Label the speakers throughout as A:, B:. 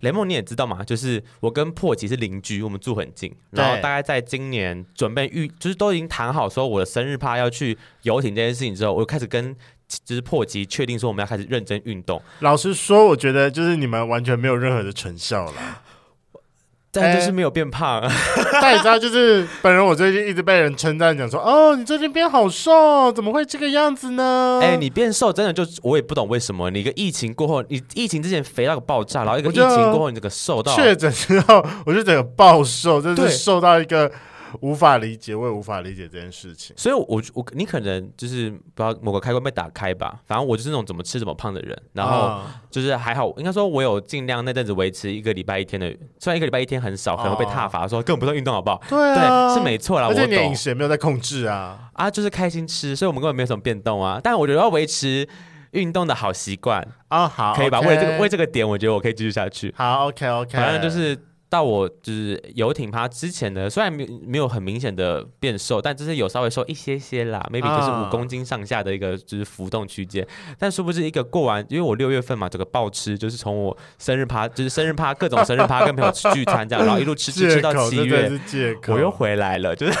A: 雷梦你也知道嘛，就是我跟破奇是邻居，我们住很近。然后
B: 对
A: 大概在今年准备预，就是都已经谈好说我的生日趴要去游艇这件事情之后，我就开始跟就是破奇确定说我们要开始认真运动。
B: 老实说，我觉得就是你们完全没有任何的成效 了。
A: 但就是没有变胖，啊
B: 大家也知道，就是本人我最近一直被人称赞，讲说哦，你最近变好瘦，怎么会这个样子呢？
A: 哎、你变瘦真的就是我也不懂为什么。你一个疫情过后，你疫情之前肥到个爆炸，然后一个
B: 我
A: 疫
B: 觉得
A: 情过后你这个瘦到，
B: 确诊之后，我就整个暴瘦，真
A: 对
B: 是瘦到一个无法理解，我也无法理解这件事情。
A: 所以我我我你可能就是不知道某个开关被打开吧，反正我就是那种怎么吃怎么胖的人，然后
B: 啊
A: 就是还好，应该说我有尽量那阵子维持一个礼拜一天的，虽然一个礼拜一天很少，可能会被踏伐说根本不算运动好不好？
B: 对啊，
A: 对，是没错啦，
B: 而
A: 我
B: 且你的饮
A: 懂
B: 食也没有在控制啊。
A: 啊，就是开心吃，所以我们根本没有什么变动啊，但我觉得要维持运动的好习惯，
B: 啊，好，
A: 可以吧
B: OK
A: 为了这个为这个点，我觉得我可以继续下去。
B: 好，OK OK，
A: 反正就是到我就是游艇趴之前的，虽然没有没有很明显的变瘦，但就是有稍微瘦一些些啦，maybe 就是
B: 啊
A: 五公斤上下的一个就是浮动区间。但殊不知一个过完，因为我六月份嘛，整个暴吃，就是从我生日趴，就是生日趴各种生日趴跟朋友聚餐这样，然后一路吃吃吃
B: 借
A: 到
B: 口，
A: 七
B: 这真
A: 月，
B: 的是借口。
A: 我又回来了，就是。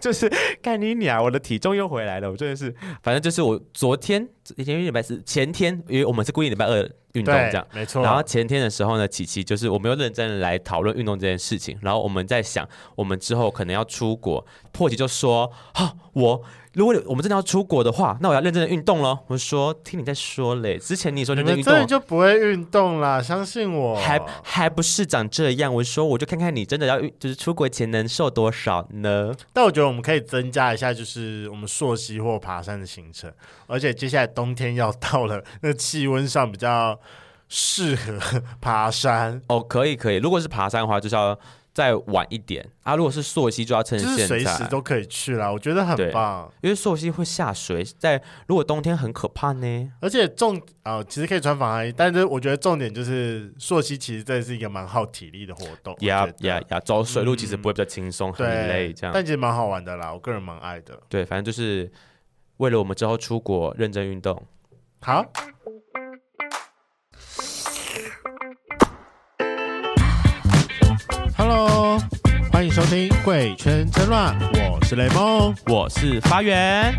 A: 就是干你娘！我的体重又回来了，我真的是，反正就是我昨天，以前礼拜四，前天，因为我们是固定礼拜二运动
B: 对啊
A: 这样，，
B: 没错。
A: 然后前天的时候呢，琪琪就是我们又认真的来讨论运动这件事情，然后我们在想，我们之后可能要出国，破奇就说：“哈、我如果我们真的要出国的话，那我要认真的运动咯。我说：“听你在说嘞，之前你说
B: 你
A: 认真
B: 们
A: 运
B: 真的
A: 动。”
B: 就不会运动啦，相信我。
A: 还还不是长这样，我说我就看看你真的要运就是出国前能瘦多少呢？
B: 但我觉得我们可以增加一下，就是我们溯溪或爬山的行程，而且接下来冬天要到了，那气温上比较适合爬山，
A: 哦，可以可以，如果是爬山的话，就是要再晚一点啊；如果是溯溪，就要趁
B: 就
A: 现在。
B: 是随时都可以去啦，我觉得
A: 对
B: 很棒。
A: 因为溯溪会下水，在如果冬天很可怕呢。
B: 而且重啊、其实可以穿防寒衣，但是我觉得重点就是溯溪，其实这是一个蛮耗体力的活动。我
A: 呀
B: 觉得
A: 呀呀，走水路其实不会比较轻松，很累
B: 对，
A: 这样。
B: 但其实蛮好玩的啦，我个人蛮爱的。
A: 对，反正就是为了我们之后出国认真运动。
B: 好，Hello，欢迎收听《贵圈争乱》，我是雷梦。
A: 我是发源，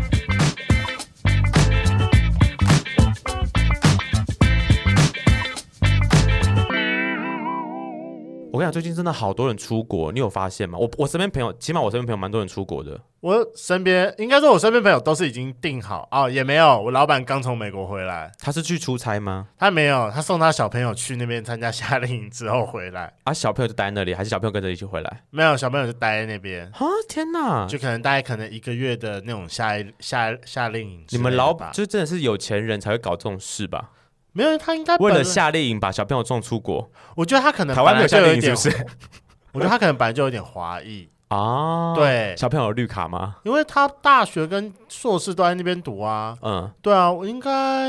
A: 我跟你讲，最近真的好多人出国，你有发现吗？我我身边朋友，起码我身边朋友蛮多人出国的。
B: 我身边应该说，我身边朋友都是已经订好哦，也没有。我老板刚从美国回来，
A: 他是去出差吗？
B: 他没有，他送他小朋友去那边参加夏令营之后回来，
A: 啊，小朋友就待在那里，还是小朋友跟着一起回来？
B: 没有小朋友就待在那边，
A: 啊，天哪！
B: 就可能大概可能一个月的那种夏夏夏令营之
A: 你
B: 类
A: 们
B: 的吧。
A: 老就真的是有钱人才会搞这种事吧？
B: 没有他应该
A: 为了
B: 本来
A: 夏令营把小朋友送出国，
B: 我觉得他可能
A: 台湾没有夏
B: 本来
A: 令
B: 就
A: 营
B: 一
A: 是
B: 点
A: 不是？
B: 我觉得他可能本来就有点华裔，
A: 啊，，
B: 对，
A: 小朋友有绿卡吗？
B: 因为他大学跟硕士都在那边读啊，
A: 嗯，
B: 对啊，我应该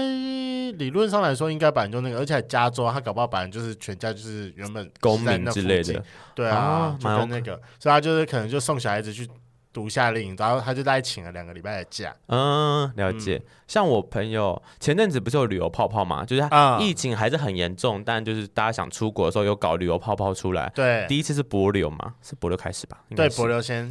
B: 理论上来说应该本来就那个，而且加州啊他搞不好本来就是全家就是原本
A: 公
B: 是在
A: 民
B: 那
A: 之
B: 附
A: 类
B: 近
A: 的，，
B: 对啊
A: 啊，
B: 就
A: 蛮
B: 跟那个，所以他就是可能就送小孩子去读夏令营，然后他就大概请了两个礼拜的假
A: 嗯，了解。像我朋友前阵子不是有旅游泡泡嘛，就是他
B: 啊，
A: 疫情还是很严重，但就是大家想出国的时候有搞旅游泡泡出来。
B: 对
A: 第一次是博流嘛，是博流开始吧？应该
B: 对，
A: 是
B: 博流先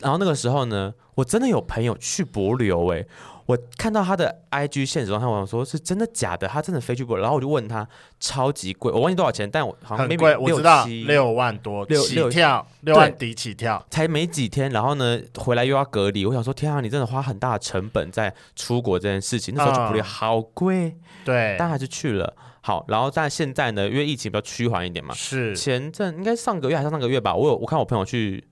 A: 然后那个时候呢，我真的有朋友去博流哎、我看到他的 IG 现实中，他我想说是真的假的，他真的飞去博流，然后我就问他超级贵，我忘记多少钱，但我好像
B: 很
A: maybe
B: 贵，我知道
A: 七
B: 六万多
A: 六
B: 起
A: 六
B: 跳，六万底起跳，
A: 才没几天，然后呢，回来又要隔离。我想说，天啊，你真的花很大的成本在出国这件事情。那时候去
B: 嗯
A: 不了，好贵，
B: 对，
A: 但还是去了。好，然后但现在呢，因为疫情比较趋缓一点嘛，
B: 是
A: 前阵应该上个月还是上个月吧，我有我看我朋友去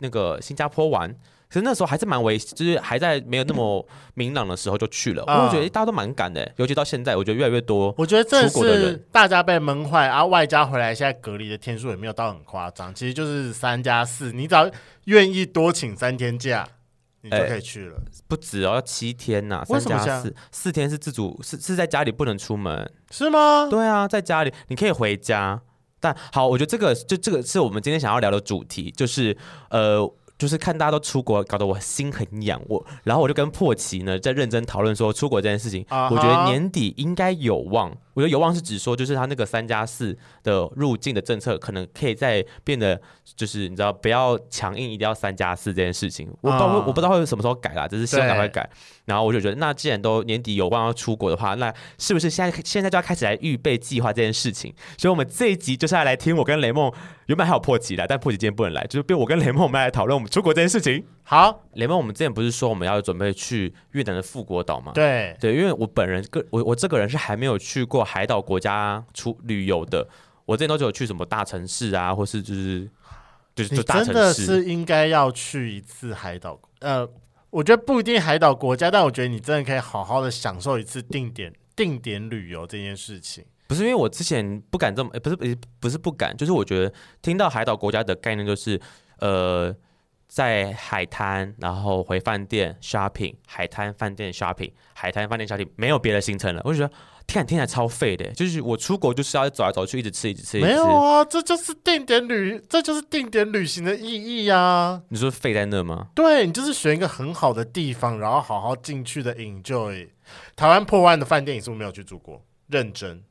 A: 那个新加坡玩，其实那时候还是蛮危，就是还在没有那么明朗的时候就去了。
B: 嗯
A: 我觉得大家都蛮赶的，尤其到现在，我觉得越来越多。
B: 我觉得这
A: 出国的
B: 是
A: 人
B: 大家被闷坏，然、后外加回来，现在隔离的天数也没有到很夸张，其实就是三加四。你只要愿意多请三天假，你就
A: 哎
B: 可以去了。
A: 不止哦，要七天呐、
B: 为
A: 三
B: 什么这
A: 加
B: 样
A: 四，四天是自主，是是在家里不能出门。
B: 是吗？
A: 对啊，在家里你可以回家，但好，我觉得这个就这个是我们今天想要聊的主题，就是呃。就是看大家都出国，搞得我心很痒。我然后我就跟破奇呢在认真讨论说出国这件事情
B: 啊哈
A: 我觉得年底应该有望。我觉得有望是指说，就是他那个三加四的入境的政策，可能可以再变得就是你知道不要强硬，一定要三加四这件事情。我不知道、
B: 啊
A: 我不知道会什么时候改啦，只是希望赶快
B: 对
A: 改。然后我就觉得，那既然都年底有望要出国的话，那是不是现在现在就要开始来预备计划这件事情？所以，我们这一集就是要来听我跟雷梦，原本还有破奇来，但破奇今天不能来，就是被我跟雷梦我们来讨论我们出国这件事情。
B: 好，
A: 雷梦，我们之前不是说我们要准备去越南的富国岛吗？
B: 对，
A: 对，因为我本人个我我这个人是还没有去过海岛国家出旅游的，我之前都只有去什么大城市啊，或是就是就是
B: 你
A: 就大
B: 真
A: 城
B: 的
A: 市。
B: 是应该要去一次海岛，呃，我觉得不一定海岛国家，但我觉得你真的可以好好的享受一次定点定点旅游这件事情。
A: 不是因为我之前不敢这么，呃不是不是不是不敢，就是我觉得听到海岛国家的概念就是，呃，在海滩，然后回饭店 shopping，海滩饭店 shopping，海滩饭店 shopping，没有别的行程了。我就觉得天啊，听起来超废的，就是我出国就是要走来走去，一直吃，一直吃，一直
B: 没
A: 吃。
B: 有啊，这就是定点旅，这就是定点旅行的意义啊。
A: 你说废在那吗？
B: 对你就是选一个很好的地方，然后好好进去的 enjoy。台湾破万的饭店，你是不是没有去住过？认真。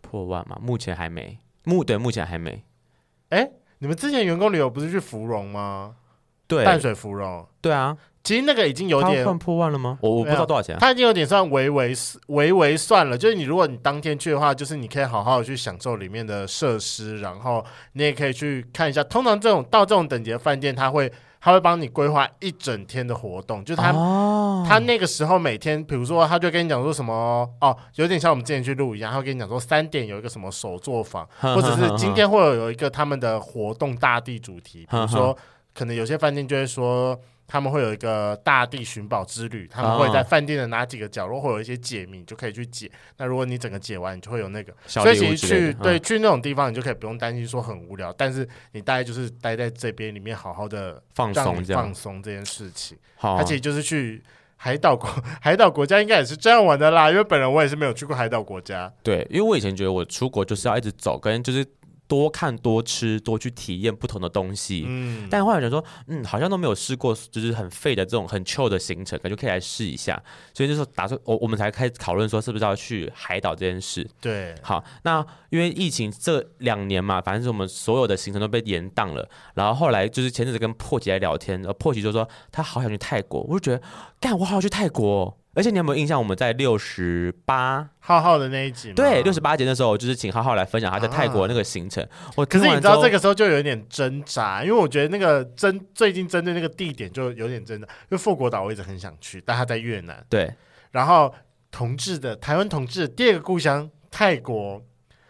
A: 破万吗？目前还没，目对目前还没。
B: 哎，你们之前员工旅游不是去芙蓉吗？
A: 对
B: 淡水芙蓉，
A: 对啊，
B: 其实那个已经有
A: 他
B: 点
A: 换破万了吗？我我不知
B: 没
A: 道
B: 有
A: 多少钱、啊。
B: 它已经有点算微微微微算了，就是你如果你当天去的话，就是你可以好好的去享受里面的设施，然后你也可以去看一下。通常这种到这种等级的饭店，它会它会帮你规划一整天的活动，就是它、
A: 哦
B: 它那个时候每天，比如说他就跟你讲说什么哦，有点像我们之前去录一样，他会跟你讲说三点有一个什么手作坊，或者是今天会有有一个他们的活动大地主题，比如说可能有些饭店就会说他们会有一个大地寻宝之旅，他们
A: 哦
B: 会在饭店的哪几个角落会有一些解谜，你就可以去解。那如果你整个解完，你就会有那个。
A: 小
B: 所以
A: 礼
B: 其
A: 物
B: 实
A: 之类
B: 去
A: 的嗯
B: 对、去那种地方，你就可以不用担心说很无聊，但是你大概就是待在这边里面好好的
A: 放
B: 让
A: 松
B: 你
A: 这样哦
B: 放，松这件事情。
A: 好
B: 而且就是去。海岛国，海岛国家应该也是这样玩的啦，因为本人我也是没有去过海岛国家。
A: 对，因为我以前觉得我出国就是要一直走，跟就是多看、多吃、多去体验不同的东西。
B: 嗯，
A: 但后来想说，嗯，好像都没有试过，就是很废的这种很 chill 的行程，感觉可以来试一下。所以就是打算，我我们才开始讨论说，是不是要去海岛这件事。
B: 对，
A: 好，那因为疫情这两年嘛，反正是我们所有的行程都被延档了。然后后来就是前阵子跟破奇在聊天，呃，破奇就说他好想去泰国，我就觉得，干，我好想去泰国哦。而且你有没有印象，我们在六十八，
B: 浩浩的那一集吗，啊
A: 对，六十八节那时候，就是请浩浩来分享他在泰国那个行程。我
B: 可
A: 听
B: 是你
A: 完
B: 知
A: 之后
B: 道这个时候就有点挣扎，因为我觉得那个针最近针对那个地点就有点挣扎，因为富国岛我一直很想去，但它在越南，
A: 对，
B: 然后同志的台湾同志的第二个故乡泰国，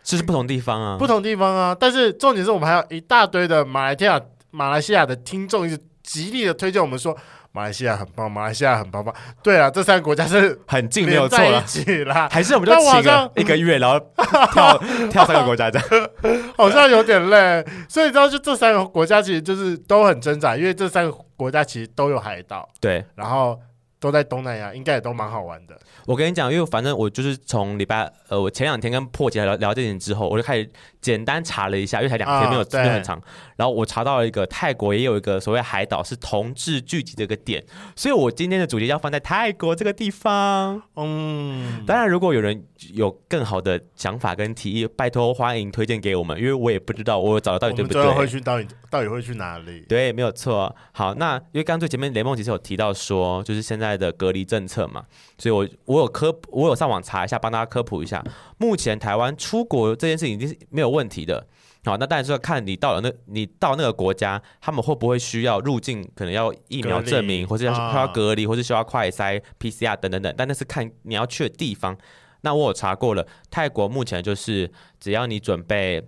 A: 就是不同地方啊，
B: 不同地方啊，但是重点是我们还有一大堆的马来西亚马来西亚的听众一直极力的推荐我们说马来西亚很棒，马来西亚很棒棒，对啊，这三个国家是
A: 很近没有
B: 连
A: 错
B: 在一
A: 了。
B: 起啦，
A: 还是我们就
B: 那我好
A: 请了
B: 像
A: 一个月，然后 跳跳三个国家这样。
B: 好像有点累，所以你知道，就这三个国家其实就是都很挣扎，因为这三个国家其实都有海岛，
A: 对，
B: 然后都在东南亚，应该也都蛮好玩的。
A: 我跟你讲，因为反正我就是从礼拜呃，我前两天跟破姐聊聊这点之后，我就开始简单查了一下，因为才两天
B: 啊
A: 没有、
B: 对
A: 没有很长。然后我查到了一个泰国也有一个所谓海岛是同志聚集的一个点，所以我今天的主题要放在泰国这个地方。
B: 嗯，
A: 当然，如果有人有更好的想法跟提议，拜托欢迎推荐给我们，因为我也不知道我找得到
B: 我
A: 底对
B: 们
A: 不
B: 最后会
A: 对。
B: 去到底到底会去哪里？
A: 对，没有错。好，那因为刚最前面雷梦其实有提到说，就是现在的隔离政策嘛，所以我我有科普我有上网查一下，帮大家科普一下。目前台湾出国这件事情已经是没有问题的。好，那当然是要看你到了那，你到那个国家，他们会不会需要入境，可能要疫苗
B: 隔离
A: 证明，或是要需
B: 啊
A: 要隔离，或是需要快筛、PCR 等等等，但那是看你要去的地方。那我有查过了，泰国目前就是只要你准备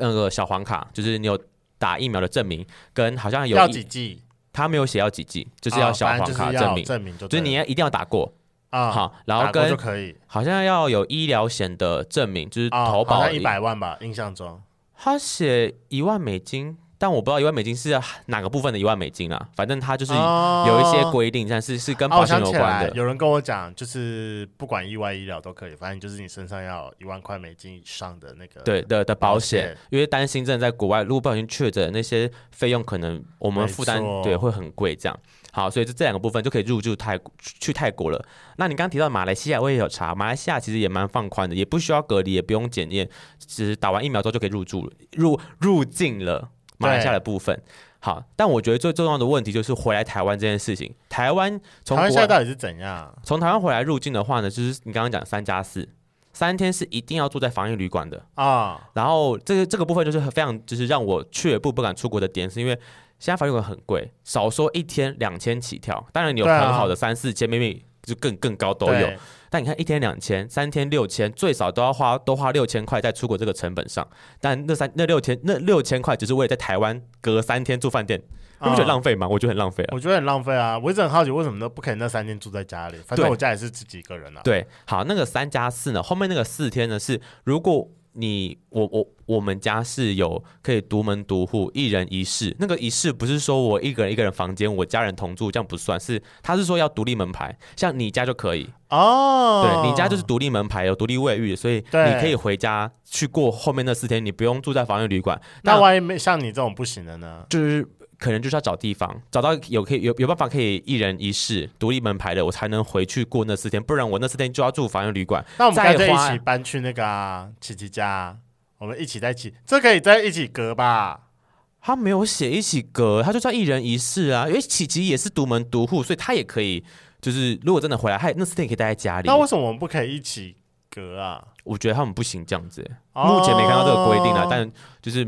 A: 呃那个小黄卡，就是你有打疫苗的证明，跟好像有
B: 要
A: 一
B: 几剂？
A: 他没有写要几剂，就是要
B: 啊
A: 小
B: 反正
A: 黄卡
B: 就是
A: 证
B: 要
A: 明，
B: 证明就
A: 就
B: 对
A: 是
B: 了
A: 你要一定要打过，
B: 啊，
A: 好，然
B: 打
A: 后
B: 过
A: 跟
B: 就可以哦
A: 好像要有医疗险的证明，就是
B: 啊，
A: 投保
B: 一百万吧，印象中
A: 他写一万美金但我不知道一万美金是哪个部分的一万美金啊，反正它就是
B: 哦
A: 有一些规定，但是是跟
B: 哦，
A: 保
B: 我
A: 险
B: 想
A: 有
B: 起
A: 关
B: 来，
A: 的。
B: 有人跟我讲，就是不管意外医疗都可以，反正就是你身上要一万块美金以上的那个。
A: 对的的保
B: 保
A: 险
B: 险，
A: 因为担心真的在国外，如果不小心确诊，那些费用可能我们
B: 没
A: 负担
B: 错
A: 对会很贵这样。好，所以就这两个部分就可以入住泰国去泰国了。那你刚刚提到马来西亚，我也有查，马来西亚其实也蛮放宽的，也不需要隔离，也不用检验，只是打完疫苗之后就可以入住了入入境了马来西亚的部分。好，但我觉得最重要的问题就是回来台湾这件事情。台湾从
B: 台湾
A: 国
B: 现在
A: 外
B: 到底是怎样？
A: 从台湾回来入境的话呢，就是你刚刚讲三加四，三天是一定要住在防疫旅馆的。
B: 啊、
A: 然后这个这个部分就是很非常就是让我却步不敢出国的点，是因为呃现在法律馆很贵，少说一天两千起跳，当然你有
B: 对啊
A: 很好的三四千，妹妹就更更高都有
B: 对。，
A: 但你看一天两千，三天六千，最少都要花都花六千块在出国这个成本上。但那三那六千那六千块只是为了在台湾隔三天住饭店，你不觉得
B: 嗯
A: 浪费吗？我觉得很浪费啊。
B: 我觉得很浪费啊！我一直很好奇，为什么都不可以那三天住在家里？反正
A: 对
B: 我家也是自己一个人啊。
A: 对，好，那个三加四呢，后面那个四天呢是，如果你我我我们家是有可以独门独户，一人一室。那个一室不是说我一个人一个人房间，我家人同住这样不算，是他是说要独立门牌，像你家就可以，
B: 哦，
A: 对你家就是独立门牌有独立卫浴，所以
B: 对
A: 你可以回家去过后面那四天，你不用住在防疫旅馆。
B: 那
A: 那
B: 万一没像你这种不行的呢？
A: 就是可能就是要找地方，找到有可以有有办法可以一人一室独立门牌的，我才能回去过那四天，不然我那四天就要住防疫旅馆。
B: 那我们干脆
A: 再花
B: 一起搬去那个啊琪琪家啊，我们一起在一起，这可以在一起隔吧？
A: 他没有写一起隔，他就叫一人一室啊。因为琪琪也是独门独户，所以他也可以，就是如果真的回来，他也那四天也可以待在家里。
B: 那为什么我们不可以一起隔啊？
A: 我觉得他们不行这样子、
B: 哦
A: 目前没看到这个规定啊，但就是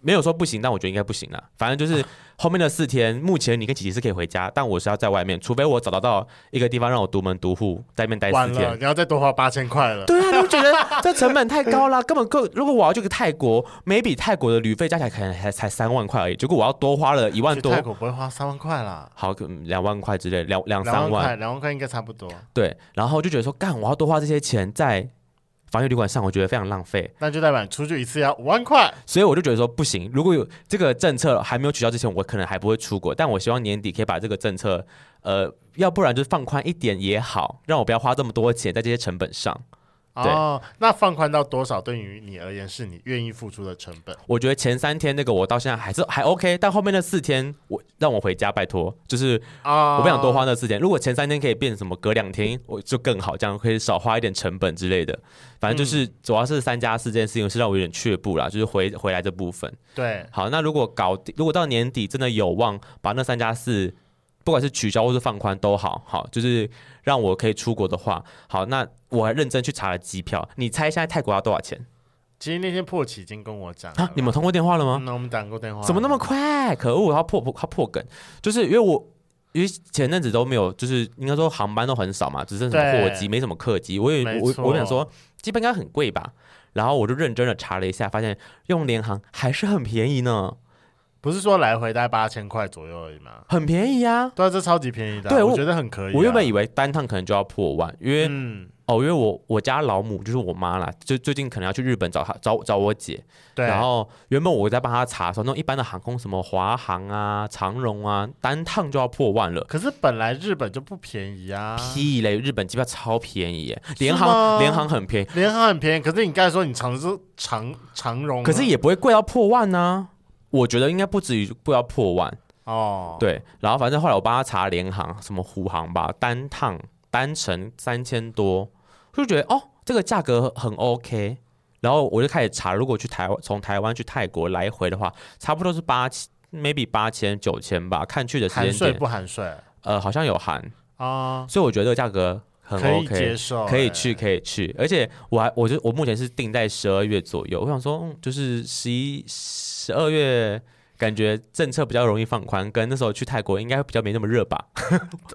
A: 没有说不行，但我觉得应该不行啦。反正就是后面的四天，目前你跟琪琪是可以回家，但我是要在外面，除非我找得到一个地方让我独门独户在那边待
B: 完
A: 四
B: 了，
A: 天。
B: 你要再多花八千块了。
A: 对啊，你会觉得这成本太高啦，根本够。如果我要去个泰国，每笔泰国的旅费加起来可能才才三万块而已，结果我要多花了一万
B: 去
A: 多
B: 泰。国不会花三万块啦，
A: 好，嗯两万块之类，两两
B: 两
A: 三
B: 万块，
A: 万，
B: 两万块应该差不多。
A: 对。然后就觉得说，干，我要多花这些钱在防疫旅馆上，我觉得非常浪费。
B: 那就代表你出去一次要五万块。
A: 所以我就觉得说，不行，如果有这个政策还没有取消之前，我可能还不会出国。但我希望年底可以把这个政策，呃，要不然就是放宽一点也好，让我不要花这么多钱在这些成本上。对
B: 哦，那放宽到多少，对于你而言是你愿意付出的成本？
A: 我觉得前三天那个我到现在还是还 OK，但后面那四天我让我回家，拜托，就是
B: 啊，
A: 我不想多花那四天。如果前三天可以变什么隔两天，我就更好，这样可以少花一点成本之类的。反正就是主要是三加四这件事情是让我有点却步啦，就是回回来这部分。
B: 对，
A: 好，那如果搞定如果到年底真的有望把那三加四，不管是取消或是放宽都好，好就是让我可以出国的话，好，那我还认真去查了机票。你猜一下泰国要多少钱
B: 其实那天破奇已经跟我讲了
A: 啊？你们通过电话了吗？
B: 嗯，那我们打过电话，
A: 怎么那么？快？可恶，他破他破梗，就是因为我因为前阵子都没有，就是应该说航班都很少嘛，只剩什么货机，
B: 对
A: 没什么客机。我以为
B: 没
A: 我
B: 错
A: 我想说，基本应该很贵吧。然后我就认真的查了一下，发现用联航还是很便宜呢，
B: 不是说来回大概八千块左右而已吗？
A: 很便宜啊！
B: 对啊，这超级便宜的啊，
A: 对我
B: 我觉得很可以啊。
A: 我原本以为单趟可能就要破万，因为、
B: 嗯，
A: 哦，因为我我家老母就是我妈啦，就最近可能要去日本找她找找我姐，
B: 对，
A: 然后原本我在帮她查说，那种一般的航空什么华航啊、长荣啊，单趟就要破万了。
B: 可是本来日本就不便宜啊，
A: 屁嘞！日本机票超便宜耶，
B: 是
A: 联
B: 吗
A: 航联航很便宜，
B: 联航很便宜，可是你刚才说你长是长长荣啊，
A: 可是也不会贵到破万呢、我觉得应该不至于贵到破万，
B: 哦，，
A: 对。然后反正后来我帮他查联航，什么虎航吧，单趟单程三千多，就觉得哦，这个价格很 OK。然后我就开始查，如果去台湾从台湾去泰国来回的话，差不多是八千，maybe 八千九千吧，看去的时
B: 含
A: 间
B: 税
A: 点，
B: 不含税
A: 呃，好像有含，
B: 啊，
A: 所以我觉得这个价格很
B: 可
A: OK，
B: 以接受，
A: 可以
B: 欸
A: 去，可以去，而且我还，我就我目前是定在十二月左右。我想说，嗯、就是十一、十二月，感觉政策比较容易放宽，跟那时候去泰国应该比较没那么热吧？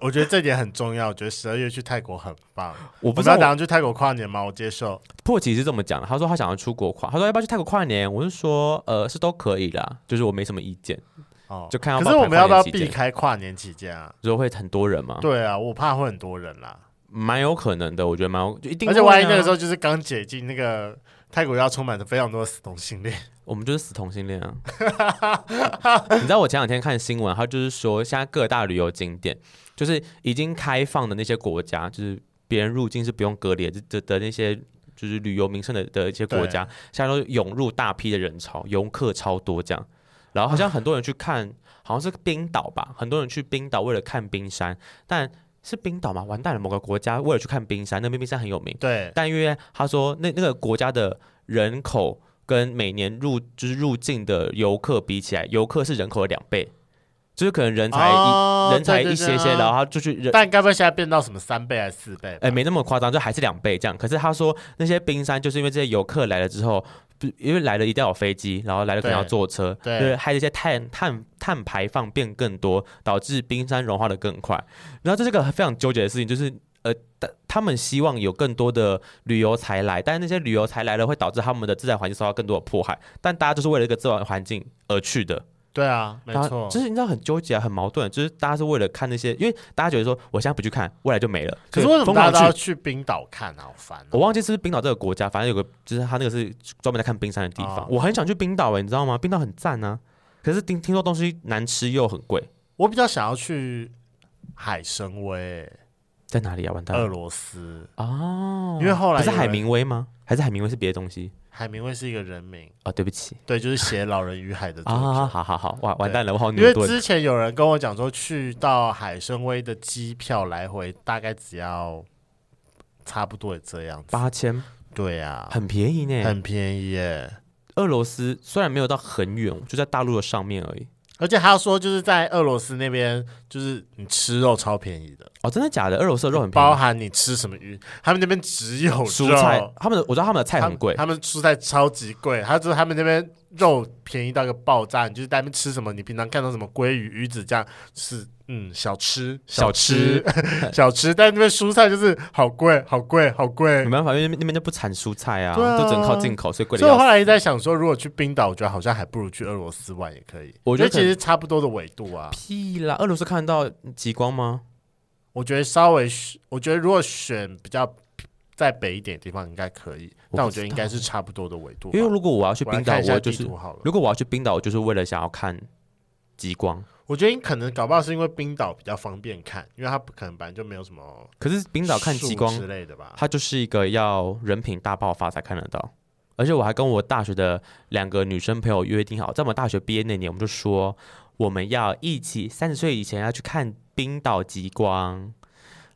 B: 我觉得这点很重要，我觉得十二月去泰国很棒。
A: 我
B: 我
A: 不
B: 不
A: 知道
B: 是要
A: 我
B: 打算去泰国跨年吗？我接受。
A: 破奇是这么讲的，他说他想要出国跨，他说要不要去泰国跨年？我是说，呃，是都可以啦，就是我没什么意见，
B: 哦，
A: 就看要
B: 可
A: 不要
B: 是我们要不要
A: 跨年期
B: 避
A: 间啊
B: 开跨年期间啊？
A: 就会很多人嘛，
B: 对啊，我怕会很多人啦，
A: 蛮有可能的，我觉得蛮有，就一定、啊
B: 而且万一那个时
A: 候。
B: 候就是刚解禁那个泰国要充满着非常多的死同性恋。
A: 我们就是死同性恋啊！你知道我前两天看新闻，他就是说现在各大旅游景点，就是已经开放的那些国家，就是别人入境是不用隔离的的的那些，就是旅游名胜的的一些国家，现在都涌入大批的人潮，游客超多这样。然后好像很多人去看，好像是冰岛吧，很多人去冰岛为了看冰山，但是冰岛吗？完蛋了，某个国家为了去看冰山，那边冰山很有名，
B: 对，
A: 但因为他说那那个国家的人口跟每年入就是入境的游客比起来，游客是人口的两倍，就是可能人才一、
B: 哦
A: 人才
B: 对对
A: 一
B: 对
A: 些些，
B: 啊
A: 然后他就去人。
B: 但该不会现在变到什么三倍还是四倍吧？
A: 哎，没那么夸张，就还是两倍这样。可是他说那些冰山，就是因为这些游客来了之后，不因为来了一定要有飞机，然后来了可能要
B: 对
A: 坐车，
B: 对
A: 就是害这些碳碳碳排放变更多，导致冰山融化的更快。然后这是个非常纠结的事情，就是呃，他他们希望有更多的旅游才来，但是那些旅游才来了会导致他们的自然环境受到更多的迫害，但大家就是为了一个自然环境而去的。
B: 对啊，没
A: 大家
B: 错
A: 就，是你知道很纠结、啊、很矛盾，就是大家是为了看那些，因为大家觉得说我现在不去看，未来就没了。
B: 可是
A: 所以
B: 为什么
A: 疯
B: 大
A: 狂
B: 家
A: 去
B: 都要去冰岛看啊？好烦哦、
A: 我忘记是不是冰岛这个国家，反正有个就是他那个是专门在看冰山的地方。
B: 啊
A: 我很想去冰岛哎、你知道吗？冰岛很赞啊，可是听听说东西难吃又很贵，
B: 我比较想要去海参崴，
A: 在哪里啊？完蛋
B: 俄
A: 了
B: 罗斯，
A: 哦，
B: 因为后来
A: 不是
B: 有人
A: 海明威吗？还是海明威是别的东西
B: 海明威是一个人名，
A: 啊、对不起
B: 对，就是写《老人与海》的 作
A: 啊，
B: 者。
A: 好好好，哇，完蛋了，我好
B: 因为
A: 牛顿。
B: 之前有人跟我讲说，去到海参崴的机票来回大概只要差不多也这样子。
A: 八千
B: 对啊，
A: 很便宜呢。
B: 很便宜耶。
A: 俄罗斯虽然没有到很远，就在大陆的上面而已。
B: 而且他说，就是在俄罗斯那边，就是你吃肉超便宜的，
A: 哦，真的假的？俄罗斯的肉很便
B: 包
A: 宜，
B: 含你吃什么鱼，他们那边只有肉
A: 蔬菜他们的我知道他们的菜
B: 他
A: 很
B: 们
A: 贵，
B: 他们蔬菜超级贵，他就是他们那边肉便宜到一个爆炸，你就是在那边吃什么，你平常看到什么鲑鱼、鱼子这样，就是嗯小吃
A: 小吃
B: 吃 小吃，但那边蔬菜就是好贵好贵好贵
A: 没，办法，因为那边就不产蔬菜啊，
B: 对啊
A: 都只能靠进口，所以贵的
B: 所以
A: 要
B: 我
A: 死
B: 后。来一直在想说，如果去冰岛，我觉得好像还不如去俄罗斯玩也可以，
A: 我觉得
B: 因为其实差不多的纬度啊，
A: 屁啦！俄罗斯看得到极光吗？
B: 我觉得稍微我觉得如果选比较。在北一点的地方应该可以，
A: 我不
B: 但我觉得
A: 知
B: 应
A: 道
B: 该是差不多的纬度吧。
A: 因为如果我要去
B: 我来
A: 冰岛，
B: 看一下
A: 我
B: 地
A: 就是
B: 图好了。
A: 如果我要去冰岛，我就是为了想要看极光。
B: 我觉得你可能搞不好是因为冰岛比较方便看，因为它不可能本来就没有什么
A: 可是冰岛看
B: 树
A: 极光，
B: 之类的吧。
A: 它就是一个要人品大爆发才看得到。而且我还跟我大学的两个女生朋友约定好，在我们大学毕业那年，我们就说我们要一起三十岁以前要去看冰岛极光。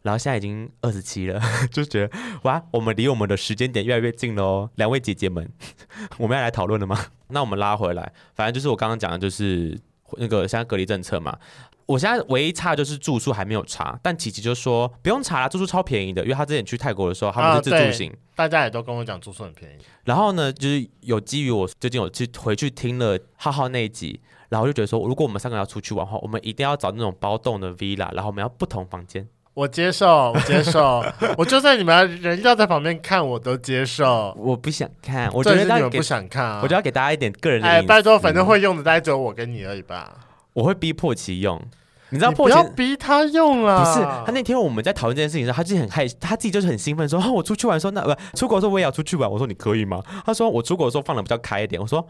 A: 然后现在已经二十七了， 就觉得哇，我们离我们的时间点越来越近喽。两位姐姐们， 我们要来讨论了吗？ 那我们拉回来，反正就是我刚刚讲的，就是那个现在隔离政策嘛。我现在唯一差的就是住宿还没有查，但琪琪就说不用查啦，住宿超便宜的，因为他之前去泰国的时候他们
B: 啊
A: 是自助
B: 对
A: 型，
B: 大家也都跟我讲住宿很便宜，
A: 然后呢，就是有基于我最近有去回去听了浩浩那一集，然后就觉得说，如果我们三个要出去玩的话，我们一定要找那种包栋的 villa，然后我们要不同房间。
B: 我接受， 我接受，我就算你们人要在旁边看，我都接受。
A: 我不想看，我
B: 我
A: 觉得
B: 是你
A: 要
B: 们
A: 给
B: 不，想看啊，
A: 我就要给大家一点嗯个人的
B: 哎，
A: 隐私。
B: 拜托，反正会用的大概只有我跟你而已吧。
A: 我会逼迫其用，你知道
B: 你
A: 迫
B: 不
A: 其
B: 要啊逼他用了，
A: 不是，他那天我们在讨论这件事情的时候，他自己很害，他自己就是很兴奋，说：“哦，我出去玩的时候，那不出国的时候我也要出去玩。”我说：“你可以吗？”他说：“我出国的时候放的比较开一点。”我说：“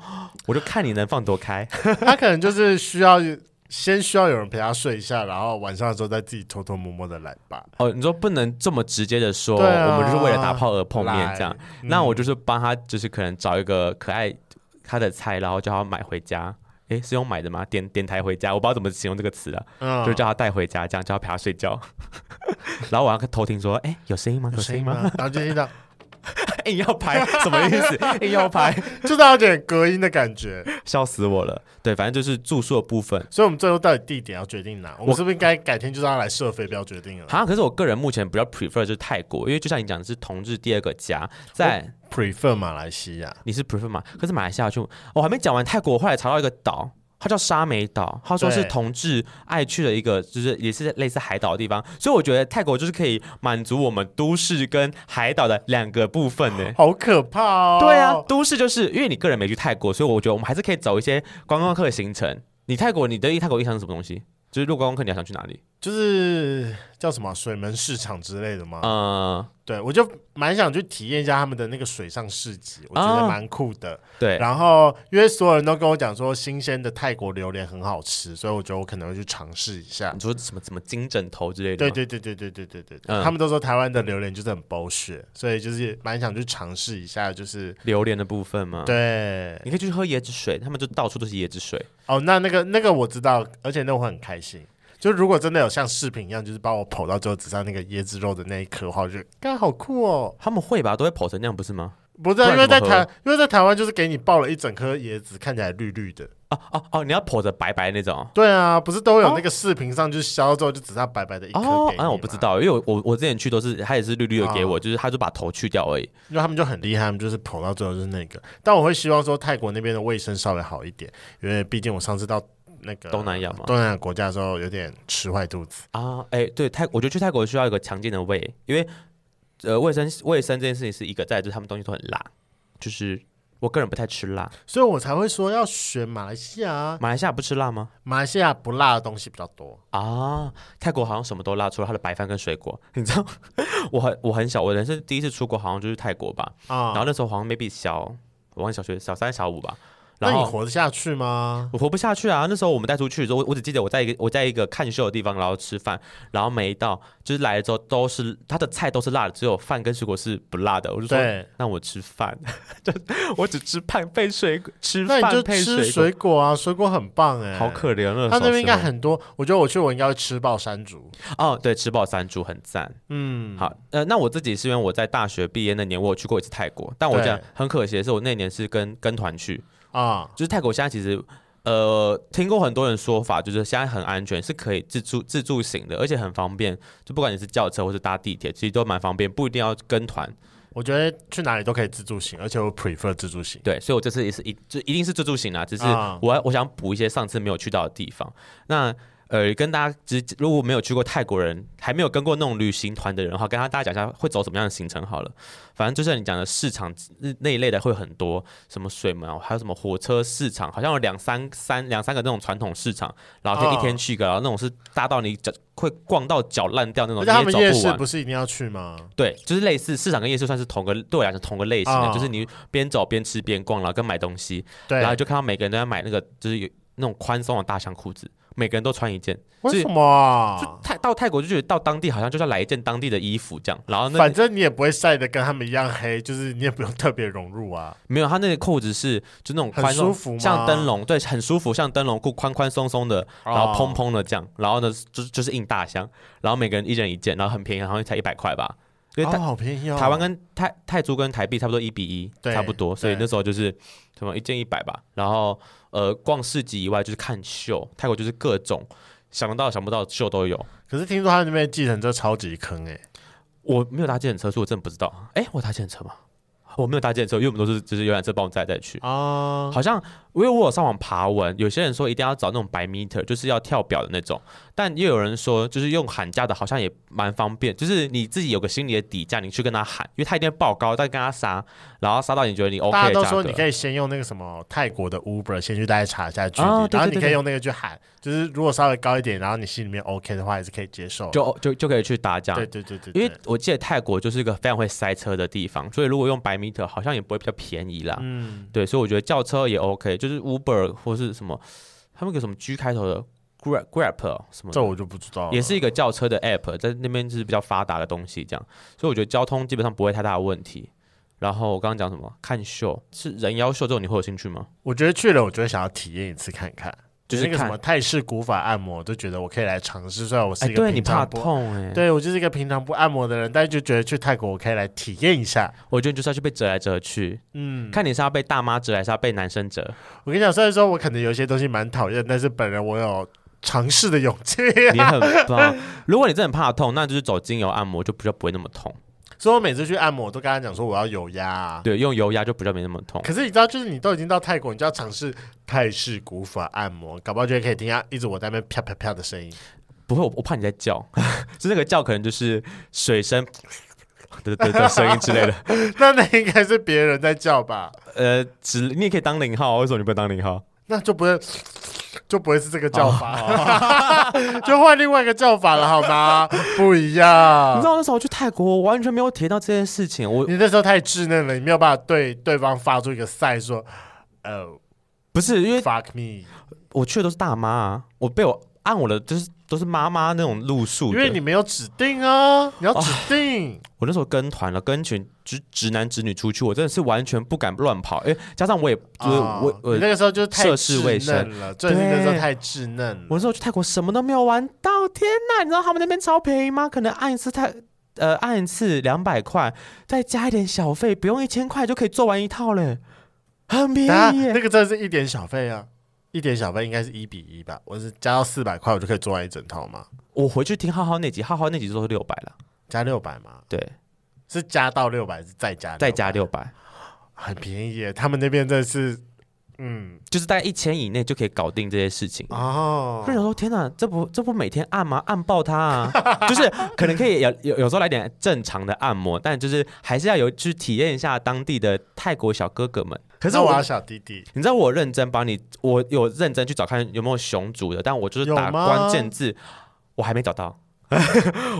A: 我就看你能放多开。
B: 他可能就是需要先需要有人陪他睡一下，然后晚上的时候再自己偷偷摸摸的来吧。”
A: 哦，你说不能这么直接的说，
B: 对啊
A: 我们就是为了打炮而碰面
B: 来
A: 这样。，
B: 嗯
A: 那我就是帮他，就是可能找一个可爱他的菜，然后叫他买回家。诶，是用买的吗？点点台回家，我不知道怎么形容这个词了，
B: 嗯
A: 就是叫他带回家，这样叫他陪他睡觉。 然后我要偷听说，诶，有声音吗？有
B: 有
A: 声
B: 声
A: 音
B: 音
A: 吗？
B: 吗？然后就听到，
A: 硬要拍什么意思？硬要拍，
B: 就是有点隔音的感觉。
A: 笑死我了。对，反正就是住宿的部分。
B: 所以我们最后到底地点要决定哪？我
A: 我
B: 们是不是应该改天就让他来射飞镖决定了
A: 好像可是我个人目前比较 prefer 就是泰国，因为就像你讲的是同志第二个家，在
B: ？Prefer 马来西亚，
A: 你是 prefer 嘛？可是马来西亚就哦我还没讲完泰国，我后来查到一个岛，它叫沙美岛，他说是
B: 对
A: 同志爱去的一个，就是也是类似海岛的地方，所以我觉得泰国就是可以满足我们都市跟海岛的两个部分呢。
B: 好可怕哦！
A: 对啊，都市就是因为你个人没去泰国，所以我觉得我们还是可以走一些观光客的行程。你泰国，你对泰国印象是什么东西？就是如果观光客，你还想去哪里？
B: 就是叫什么水门市场之类的嘛。
A: 嗯，
B: 对，我就蛮想去体验一下他们的那个水上市集，我觉得
A: 啊
B: 蛮酷的。
A: 对，
B: 然后因为所有人都跟我讲说新鲜的泰国榴莲很好吃，所以我觉得我可能会去尝试一下
A: 你。说什么什么金枕头之类的
B: 对
A: 吗，
B: 对对对对对对对，
A: 嗯
B: 他们都说台湾的榴莲就是很 bullshit，所以就是蛮想去尝试一下，就是
A: 榴莲的部分吗？，
B: 对
A: 你可以去喝椰子水，他们就到处都是椰子水。
B: 哦，那那个那个我知道，而且那我会很开心。就如果真的有像视频一样，就是把我剖到最后只剩下那个椰子肉的那一颗的话，我就该好酷哦！
A: 他们会吧，都会跑成那样，不是吗？
B: 不是
A: 不然
B: 啊、因为在
A: 怎么喝
B: 台因为在台湾就是给你爆了一整颗椰子，看起来绿绿的。
A: 哦哦哦，你要跑着白白那种。
B: 对啊，不是都有那个视频上就是削到最后就只剩下白白的一颗
A: 哦
B: 给，你
A: 啊，我不
B: 吗
A: 知道，因为我我我之前去都是他也是绿绿的给
B: 啊
A: 我，就是他就把头去掉而已。
B: 因为他们就很厉害，他们就是跑到最后就是那个。但我会希望说泰国那边的卫生稍微好一点，因为毕竟我上次到那个
A: 东南亚嘛
B: 东南亚国家的时候有点吃坏肚子。
A: 啊，哎，对泰，我觉得去泰国需要一个强健的胃，因为呃卫生卫生这件事情是一个，再来就是他们东西都很辣，就是我个人不太吃辣。
B: 所以我才会说要选马来西亚啊，
A: 马来西亚不吃辣吗？
B: 马来西亚不辣的东西比较多。
A: 啊，泰国好像什么都辣，除了它的白饭跟水果。 你知道，我很我很小，我人生第一次出国好像就是泰国吧。
B: 啊、
A: 然后那时候好像 maybe 小，我忘记小学小三小五吧。
B: 那
A: 然
B: 你
A: 后
B: 活得下去吗？
A: 我活不下去啊！那时候我们带出去的时候，我我只记得我在一个我在一个看秀的地方，然后吃饭，然后每一道就是来了之后都是他的菜都是辣的，只有饭跟水果是不辣的。我就说
B: 对，
A: 那我吃饭， 就我只吃饭配水果，吃
B: 那你就
A: 饭配
B: 吃
A: 果，
B: 水果啊，水果很棒哎、
A: 好。可怜啊！
B: 他那
A: 时候
B: 边应该
A: 吃
B: 很多，我觉得我去我应该会吃爆山竹。
A: 哦，对，吃饱三猪很赞。
B: 嗯，
A: 好，呃，那我自己是因为我在大学毕业那年，我有去过一次泰国，但我
B: 对
A: 讲很可惜的是，我那年是跟跟团去，
B: 啊，
A: 就是泰国现在其实。呃，听过很多人说法，就是现在很安全，是可以自助自助型的，而且很方便。就不管你是叫车或是搭地铁，其实都蛮方便，不一定要跟团。
B: 我觉得去哪里都可以自助行，而且我 prefer 自助行。
A: 对，所以我这次也是一就一定是自助型啦，只是
B: 啊
A: 我、要我想补一些上次没有去到的地方。那呃，跟大家只如果没有去过泰国人，还没有跟过那种旅行团的人的话，跟大家讲一下会走什么样的行程好了。反正就是你讲的市场那那一类的会很多，什么水门，啊还有什么火车市场，好像有两三三两三个那种传统市场，然后可以
B: 嗯
A: 一天去一个，然后那种是大到你脚会逛到脚烂掉那种，
B: 而
A: 哦你
B: 且他们
A: 也
B: 夜
A: 走不
B: 市
A: 完。
B: 不是一定要去吗？
A: 对，就是类似市场跟夜市算是同个，对我来讲同个类型的，
B: 啊
A: 就是你边走边吃边逛，然后跟买东西，
B: 对
A: 然，后就看到每个人都在买那个就是有那种宽松的大象裤子，每个人都穿一件。
B: 为
A: 就
B: 什么啊？
A: 就泰到泰国就觉得到当地好像就是要来一件当地的衣服这样，然后那
B: 反正你也不会晒得跟他们一样黑，就是你也不用特别融入啊。
A: 没有他那个裤子是就那种
B: 很
A: 宽松
B: 舒服吗
A: 像灯笼对，很舒服，像灯笼裤宽宽松松的，然
B: 啊
A: 后蓬蓬的这样，然后呢就是就是印大箱，然后每个人一人一件，然后很便宜，好像才一百块吧，因为
B: 哦，
A: 泰、
B: 好便宜哦。
A: 台湾跟泰泰铢跟台币差不多一比一，
B: 对
A: 差不多，所以
B: 对
A: 那时候就是什么一件一百吧。然后呃，逛市集以外就是看秀，泰国就是各种想得到想不到的秀都有。
B: 可是听说他们那边计程车超级坑哎、
A: 我没有搭计程车，所以我真的不知道。哎，我搭计程车吗？哦我没有搭计程车，因为我们都是就是游览车帮我载载去。
B: 啊，
A: 好像因为我有上网爬文，有些人说一定要找那种百 meter，就是要跳表的那种，但也有人说就是用喊价的，好像也蛮方便，就是你自己有个心理的底价，你去跟他喊，因为他一定会报高，但跟他杀，然后杀到你觉得你 OK
B: 大家
A: 的
B: 都
A: 价
B: 说
A: 格
B: 你可以先用那个什么泰国的 Uber 先去大概查一下距离，
A: 哦对
B: 然后
A: 对
B: 你
A: 对
B: 可
A: 对
B: 以用那个去喊，就是如果稍微高一点，然后你心里面 OK 的话，还是可以接受。
A: 就就就可以去打架
B: 对。对对对，
A: 因为
B: 对
A: 我记得泰国就是一个非常会塞车的地方，所以如果用百 meter 好像也不会比较便宜啦。
B: 嗯，
A: 对，所以我觉得叫车也 OK，就是 Uber 或是什么，他们有个什么 G 开头的 Grab Grab 哦什么的
B: 这我就不知道了，
A: 也是一个轿车的 app，在那边是比较发达的东西，这样，所以我觉得交通基本上不会太大的问题。然后我刚刚讲什么？看秀是人妖秀这种，你会有兴趣吗？
B: 我觉得去了，我就会想要体验一次看看。
A: 就是
B: 那个什
A: 看
B: 么泰式古法按摩，我就觉得我可以来尝试。虽然我是
A: 哎，
B: 一个
A: 对你
B: 平常
A: 怕
B: 不，
A: 痛哎、，
B: 对我就是一个平常不按摩的人，但就觉得去泰国我可以来体验一下。
A: 我觉得你就是要去被折来折去，
B: 嗯，
A: 看你是要被大妈折还是要被男生折。
B: 我跟你讲，虽然说我可能有一些东西蛮讨厌，但是本人我有尝试的勇气，
A: 你很棒。如果你真的很怕痛，那就是走精油按摩就比较不会那么痛。
B: 所以我每次去按摩，我都跟他讲说我要有压、
A: 对，用油压就比较没那么痛。
B: 可是你知道，就是你都已经到泰国，你就要尝试泰式古法按摩，搞不好就可以听到一直我在那边啪啪啪的声音。
A: 不会，我我怕你在叫， 就那个叫可能就是水声 的的的声音之类的。
B: 那那应该是别人在叫吧？
A: 啊呃，只你也可以当零号，为什么你不能当零号？
B: 那就不是 就不会是这个叫法，
A: 哦
B: 就换另外一个叫法了，好吗？ 不一样。
A: 你知道那时候我去泰国，我完全没有体验到这件事情。我
B: 你那时候太稚嫩了，你没有办法对对方发出一个赛说，呃、
A: 不是因为
B: fuck me，
A: 我去的都是大妈、啊，我被我按我的就是都是妈妈那种路数
B: 因
A: 的，
B: 为你没有指定啊，你要指定。
A: 我那时候跟团了，跟一群直直男直女出去，我真的是完全不敢乱跑，因为加上我也就是
B: 啊
A: 我我
B: 你那个时候就是太
A: 涉世未
B: 稚嫩了，真的是那时候
A: 对
B: 太稚嫩
A: 我
B: 了。
A: 那时候去泰国什么都没有玩到，天呐，你知道他们那边超便宜吗？可能按一次泰呃按一次两百块，再加一点小费，不用一千块就可以做完一套嘞，很便
B: 啊，
A: 宜耶。
B: 那个真的是一点小费啊，一点小费应该是一比一吧？我是加到四百块，我就可以做完一整套吗？
A: 我回去听浩浩那集，浩浩那集就是六百了，
B: 加六百吗？
A: 对，
B: 是加到六百，还是再加
A: 再加
B: 600
A: 六百，
B: 很便宜耶，他们那边真的是，嗯，
A: 就是大概一千以内就可以搞定这些事情。
B: 哦
A: 我就，想说，天哪，这不这不每天按吗？按爆它啊！ 就是可能可以有有有时候来点正常的按摩，但就是还是要有去体验一下当地的泰国小哥哥们。可是
B: 那
A: 我
B: 我要小弟弟，
A: 你知道我认真帮你，我有认真去找看有没有熊族的，但我就是
B: 有
A: 打
B: 吗
A: 关键字，我还没找到。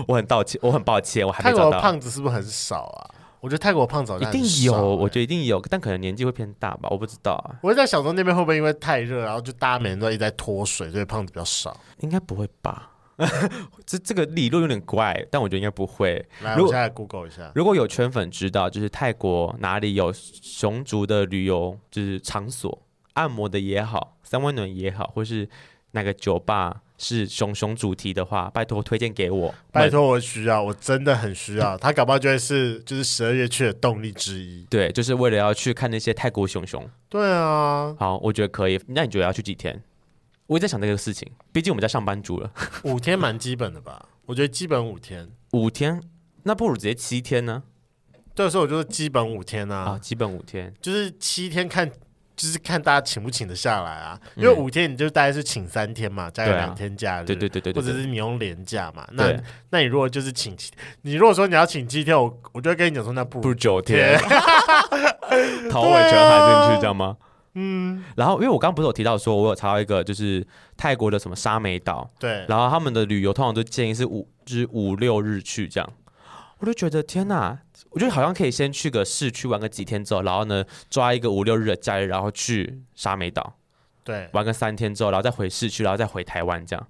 A: 我很抱歉，我很抱歉，我还
B: 泰
A: 没找
B: 国
A: 到。
B: 胖子是不是很少啊？我觉得泰国胖子好
A: 一
B: 像
A: 定
B: 很
A: 有，
B: 少
A: 我
B: 欸
A: 觉得一定有，但可能年纪会偏大吧，我不知道啊，
B: 我在想说那边会不会因为太热，然后就大家每人都一直在脱水，所以胖子比较少。
A: 应该不会吧？ 这这个理论有点怪，但我觉得应该不会。
B: 来，
A: 如
B: 我
A: 果
B: 现在 Google 一下，
A: 如果有圈粉知道，就是泰国哪里有熊族的旅游就是场所，按摩的也好，三温暖也好，或是那个酒吧是熊熊主题的话，拜托推荐给我。
B: 拜托我需要，我真的很需要。他搞不好就会是就是十二月去的动力之一。
A: 对，就是为了要去看那些泰国熊熊。
B: 对啊，
A: 好，我觉得可以。那你觉得要去几天？我也在想这个事情，毕竟我们在上班族了，
B: 五天蛮基本的吧？我觉得基本五天。
A: 五天，那不如直接七天呢？
B: 对，所以我就说基本五天啊，
A: 啊，基本五天。
B: 就是七天看，就是看大家请不请得下来啊。因为五天你就大概是请三天嘛，加
A: 嗯
B: 个
A: 对啊
B: 两天假日，
A: 对对对对对
B: 或者
A: 对
B: 是你用连假嘛。那
A: 对，
B: 那你如果就是请七，你如果说你要请七天，我我就会跟你讲说那不
A: 不如
B: 如
A: 九
B: 天
A: 天， 逃尾全含进去，这样吗？嗯。然后，因为我刚刚不是有提到说，我有查到一个就是泰国的什么沙美岛，
B: 对。
A: 然后他们的旅游通常都建议是五，就是五六日去这样。我就觉得天哪，我觉得好像可以先去个市区玩个几天之后，然后呢抓一个五六日的假日，然后去沙美岛
B: 对，
A: 玩个三天之后，然后再回市区，然后再回台湾这样。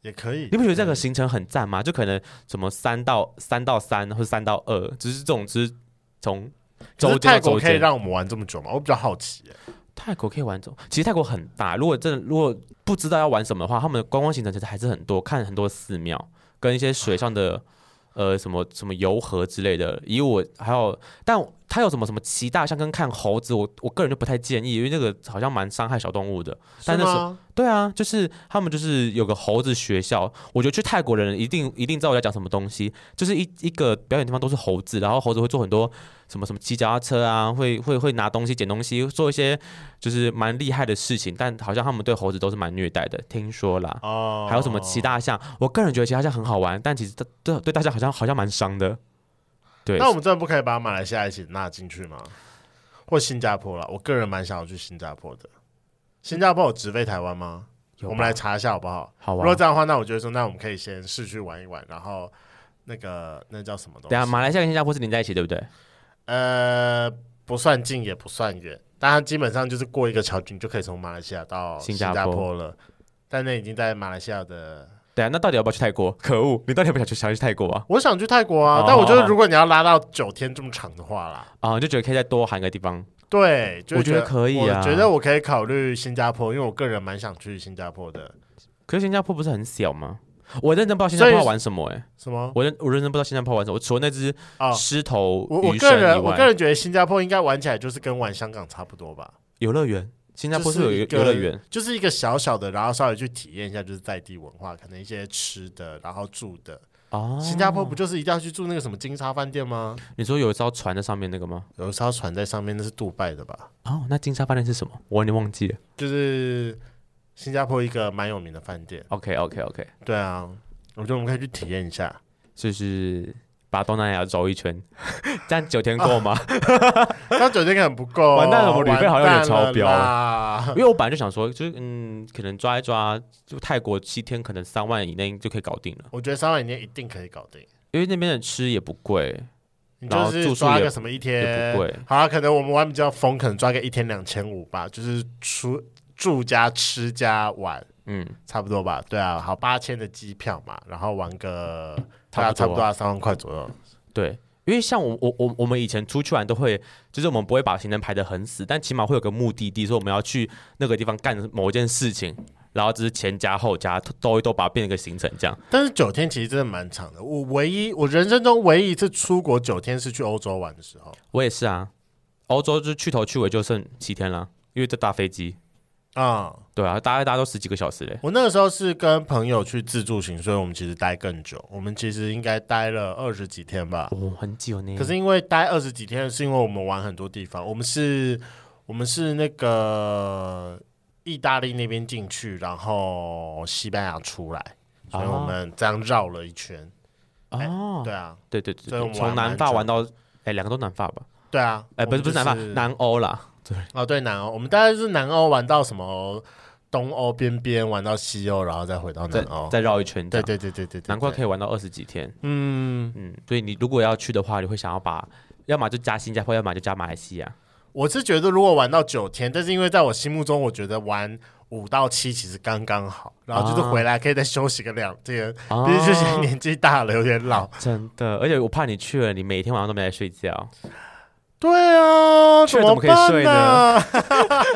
B: 也可以。
A: 你不觉得这个行程很赞吗？就可能什么三到三到三或者三到二，只是这种只是从
B: 可
A: 周
B: 是
A: 间到
B: 泰国
A: 周
B: 可以
A: 间。
B: 让我们玩这么久吗？我比较好奇耶。
A: 泰国可以玩走，其实泰国很大。如果真的如果不知道要玩什么的话，他们的观光行程其实还是很多，看很多寺庙跟一些水上的呃什么什么游河之类的。以我还有，但它有什么什么骑大象跟看猴子，我我个人就不太建议，因为那个好像蛮伤害小动物的。但那时候
B: 吗？
A: 对啊，就是他们就是有个猴子学校，我觉得去泰国的人一定一定知道我在讲什么东西，就是一一个表演地方都是猴子，然后猴子会做很多什么什么骑脚踏车啊，会会会拿东西捡东西，做一些就是蛮厉害的事情，但好像他们对猴子都是蛮虐待的，听说啦。
B: 哦，
A: 还有什么骑？大象？我个人觉得骑大象很好玩，但其实对对对大象好像好像蛮伤的。对，
B: 那我们真的不可以把马来西亚一起纳进去吗？或新加坡啦，我个人蛮想要去新加坡的。新加坡有直飞台湾吗？
A: 有
B: 我们
A: 吧
B: 来查一下好不好？
A: 好
B: 如
A: 玩
B: 果。这样的话，那我觉得说，那我们可以先市区玩一玩，然后那个那叫什么东
A: 等一下，
B: 西？
A: 马来西亚跟新加坡是连在一起，对不对？
B: 呃，不算近也不算远，但它基本上就是过一个桥，你就可以从马来西亚到
A: 新加
B: 加
A: 坡
B: 坡了。但那已经在马来西亚的
A: 对啊，那到底要不要去泰国？可恶，你到底要不要去想去泰国啊？
B: 我想去泰国啊，
A: 哦
B: 但我觉得如果你要拉到九天这么长的话啦，
A: 啊、就觉得可以再多喊个地方。
B: 对，就
A: 我
B: 觉
A: 觉得可以啊
B: 我觉得我可以考虑新加坡，因为我个人蛮想去新加坡的。
A: 可是新加坡不是很小吗？我认真不知道新加坡要玩什么哎、
B: 什么？
A: 我认我认真不知道新加坡要玩什么。我除了那只
B: 哦，
A: 狮头
B: 我我
A: 鱼
B: 个
A: 身以
B: 人啊我个
A: 外，
B: 人觉得新加坡应该玩起来就是跟玩香港差不多吧，
A: 游乐园，新加坡是
B: 就
A: 有
B: 是一
A: 游
B: 个
A: 游乐园，
B: 就是一个小小的，然后稍微去体验一下就是在地文化，可能一些吃的，然后住的。
A: 哦。
B: 新加坡不就是一定要去住那个什么金沙饭店吗？
A: 你说有一艘船在上面那个吗？
B: 有一艘船在上面，那是杜拜的吧？
A: 哦，那金沙饭店是什么？我有点忘记了。
B: 就是新加坡一个蛮有名的饭店。
A: OK OK OK，
B: 对啊，我觉得我们可以去体验一下。
A: 就是把东南亚走一圈， 这样九天够 吗？
B: 那酒店很不够，
A: 完蛋了我旅费好像有点超标
B: 了。
A: 因为我本来就想说，就是嗯，可能抓一抓，就泰国七天可能三万以内就可以搞定了，
B: 我觉得三万以内一定可以搞定，
A: 因为那边的吃也不贵，
B: 你
A: 然
B: 就
A: 后
B: 是
A: 住宿
B: 抓
A: 也
B: 个什么一
A: 也
B: 天
A: 不，贵。
B: 好啊，可能我们玩比较疯，可能抓个一天两千五吧，就是出住加吃加玩，
A: 嗯，
B: 差不多吧？对啊，好八千的机票嘛，然后玩个
A: 差不多
B: 对啊差不多啊三万块左右。
A: 对，因为像我我我我们以前出去玩都会，就是我们不会把行程排得很死，但起码会有个目的地，说我们要去那个地方干某一件事情，然后只是前加后加，兜一兜把它变成一个行程这样。
B: 但是九天其实真的蛮长的，我唯一我人生中唯一一次出国九天是去欧洲玩的时候
A: 我也是啊，欧洲就去头去尾就剩七天了，因为这搭飞机，
B: 啊、
A: 对啊，大概大家都十几个小时嘞。
B: 我那个时候是跟朋友去自助行，所以我们其实待更久，我们其实应该待了二十几天吧。
A: 哦，很久呢。
B: 可是因为待二十几天，是因为我们玩很多地方，我们是，我们是那个意大利那边进去，然后西班牙出来，所以我们这样绕了一圈。
A: 哦，
B: 对啊，
A: 对对
B: 所
A: 对
B: 以我们
A: 对，
B: 玩
A: 从南
B: 蛮
A: 法
B: 久
A: 玩到哎，两个都南法吧？
B: 对啊，
A: 哎，
B: 我
A: 不是
B: 们
A: 不是
B: 就
A: 南法，南欧啦。
B: 哦，对南欧，我们大概是南欧玩到什么东欧边边，玩到西欧，然后再回到南
A: 再
B: 欧。
A: 再绕一圈这
B: 对
A: 样，
B: 对对对对对，
A: 难怪
B: 对
A: 可以玩到二十几天。
B: 嗯，
A: 嗯，所以你如果要去的话，你会想要把，要么就加新加坡，要么就加马来西亚。
B: 我是觉得如果玩到九天，但是因为在我心目中，我觉得玩五到七其实刚刚好，然后就是
A: 啊
B: 回来可以再休息个两天，
A: 啊
B: 毕竟这些年纪大了 有点老。
A: 真的，而且我怕你去了，你每天晚上都没来睡觉，
B: 对啊，
A: 去了
B: 么
A: 怎么可以睡呢
B: 办？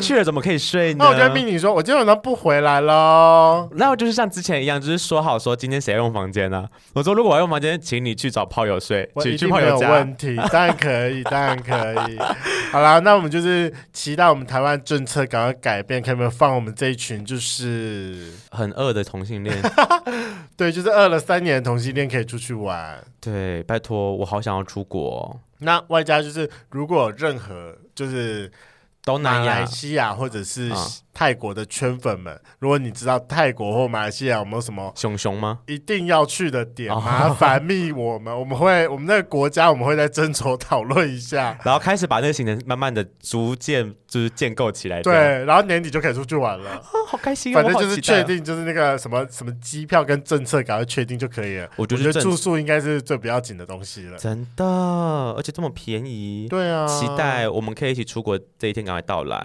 A: 去了怎么可以睡呢？
B: 那我就会命你说，我今天晚上不回来喽。
A: 那我就是像之前一样，就是说好说今天谁要用房间呢、我说如果我要用房间，请你去找炮友睡，
B: 我
A: 去
B: 一
A: 去
B: 定
A: 炮
B: 没
A: 友
B: 有
A: 家。
B: 问题，当然可以，当然可 以。好啦，那我们就是期待我们台湾政策赶快改变，可不可以放我们这一群就是
A: 很饿的同性 恋，
B: 对，就是饿了三年的同性恋可以出去玩。
A: 对，拜托，我好想要出国哦、
B: 那外加就是，如果有任何就是
A: 东
B: 马
A: 南
B: 来
A: 亚。
B: 西亚或者是
A: 嗯
B: 泰国的圈粉们，如果你知道泰国或马来西亚有没有什么
A: 熊熊吗？
B: 一定要去的点，
A: 哦
B: 麻烦密我们，我 们会我们那个国家我们会再斟酌讨论一下。
A: 然后开始把那个行程慢慢的逐渐就是建构起来，这样，
B: 对，然后年底就可以出去玩了。
A: 啊好开心、哦，
B: 反正
A: 我好
B: 就是
A: 期待
B: 确
A: 哦。
B: 定，就是那个什么什么机票跟政策赶快确定就可以了。
A: 我
B: 我
A: 觉
B: 觉
A: 得
B: 得
A: 正
B: 住宿应该是最比较紧的东西了。
A: 真的，而且这么便宜，
B: 对啊，
A: 期待我们可以一起出国这一天赶快到来。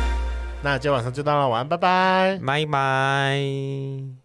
B: 那今天晚上就到了，晚安，拜拜。
A: 拜拜。